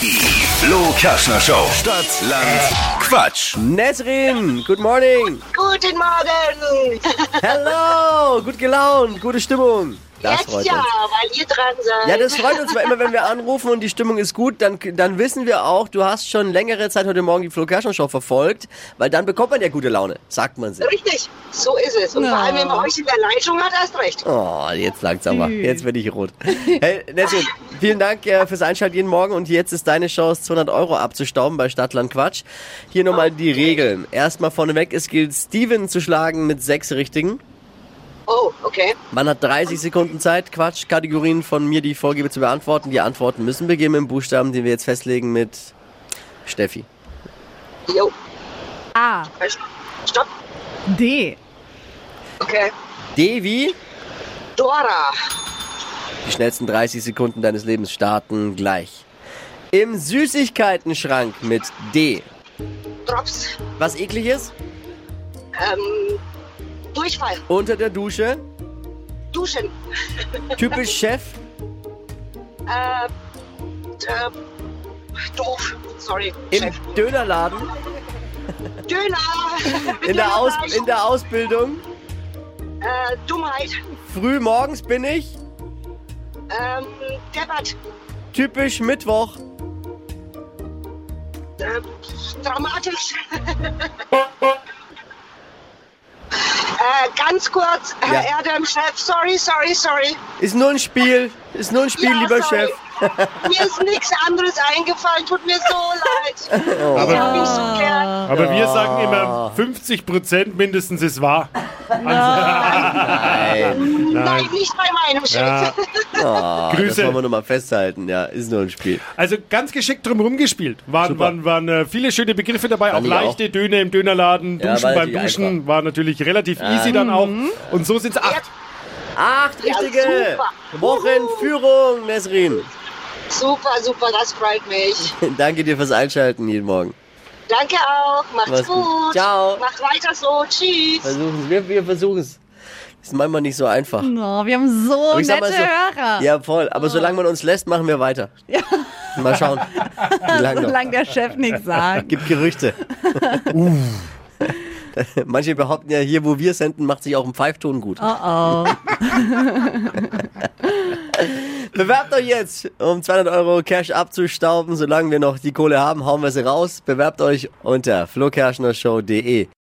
Die Flo Kaschner Show. Stadt, Land, Quatsch. Nesrin, good morning. Guten Morgen! Hello, gut gelaunt, gute Stimmung. Das Jetzt freut ja, uns. weil ihr dran seid. Ja, das freut uns, weil immer wenn wir anrufen und die Stimmung ist gut, dann, dann wissen wir auch, du hast schon längere Zeit heute Morgen die Flo Kerschner Show verfolgt, weil dann bekommt man ja gute Laune, sagt man sich. Richtig, so ist es. Und vor allem, wenn man euch in der Leitung hat, erst recht. Oh, jetzt langsam mal. Jetzt werde ich rot. Hey, Nesrin, vielen Dank äh, fürs Einschalten jeden Morgen und jetzt ist deine Chance, 200 Euro abzustauben bei Stadtland Quatsch. Hier nochmal die Regeln. Erstmal vorneweg, es gilt Steven zu schlagen mit sechs Richtigen. Oh, okay. Man hat 30 Sekunden Zeit, Quatschkategorien von mir, die ich vorgebe, zu beantworten. Die Antworten müssen beginnen mit dem Buchstaben, den wir jetzt festlegen mit Steffi. Jo, A. stopp. D. Okay. Devi, Dora. die schnellsten 30 Sekunden deines Lebens starten gleich. Im Süßigkeitenschrank mit D. Drops. Was eklig ist? Ähm, Durchfall. Unter der Dusche. Duschen. Typisch Chef. Äh, äh, doof. Sorry. Im Chef. Dönerladen. Döner. In der, Aus Dönerfleisch. in der Ausbildung. äh, Dummheit. Früh morgens bin ich. Ähm, Deppert. Typisch Mittwoch. Äh, dramatisch. äh, ganz kurz, Herr Ja. Erdem, Chef, sorry, sorry, sorry. Ist nur ein Spiel. Ist nur ein Spiel, Ja, lieber sorry. Chef. Mir ist nichts anderes eingefallen, tut mir so leid. Oh. Aber, Ich hab mich so gern. aber wir sagen immer, 50% mindestens ist wahr. Also, Nein. nicht bei meinem Chef. Ja. Ah, Das Grüße. wollen wir nur mal festhalten, ja, ist nur ein Spiel. Also ganz geschickt drumherum gespielt. Waren, Super. waren, waren äh, viele schöne Begriffe dabei, Fand auch ich leichte Döner im Dönerladen, Ja, Duschen war beim natürlich Duschen, einfach. war natürlich relativ easy dann auch. Und so sind es acht. Acht Ja, richtige super. Wochenführung, Nesrin. Super, super, das freut mich. Danke dir fürs Einschalten jeden Morgen. Danke auch, macht's Mach's gut. gut. Ciao. Macht weiter so, tschüss. Versuchen wir, wir versuchen es. Ist manchmal nicht so einfach. No, Oh, wir haben so Aber ich sag mal nette so- Hörer. Oh. Ja, voll. Aber solange man uns lässt, machen wir weiter. Mal schauen. Wie lange noch? Solange der Chef nichts sagt. Gibt Gerüchte. Uh. Manche behaupten ja, hier, wo wir senden, macht sich auch ein Pfeifton gut. Oh oh. Bewerbt euch jetzt, um 200 Euro Cash abzustauben. Solange wir noch die Kohle haben, hauen wir sie raus. Bewerbt euch unter flokerschnershow.de.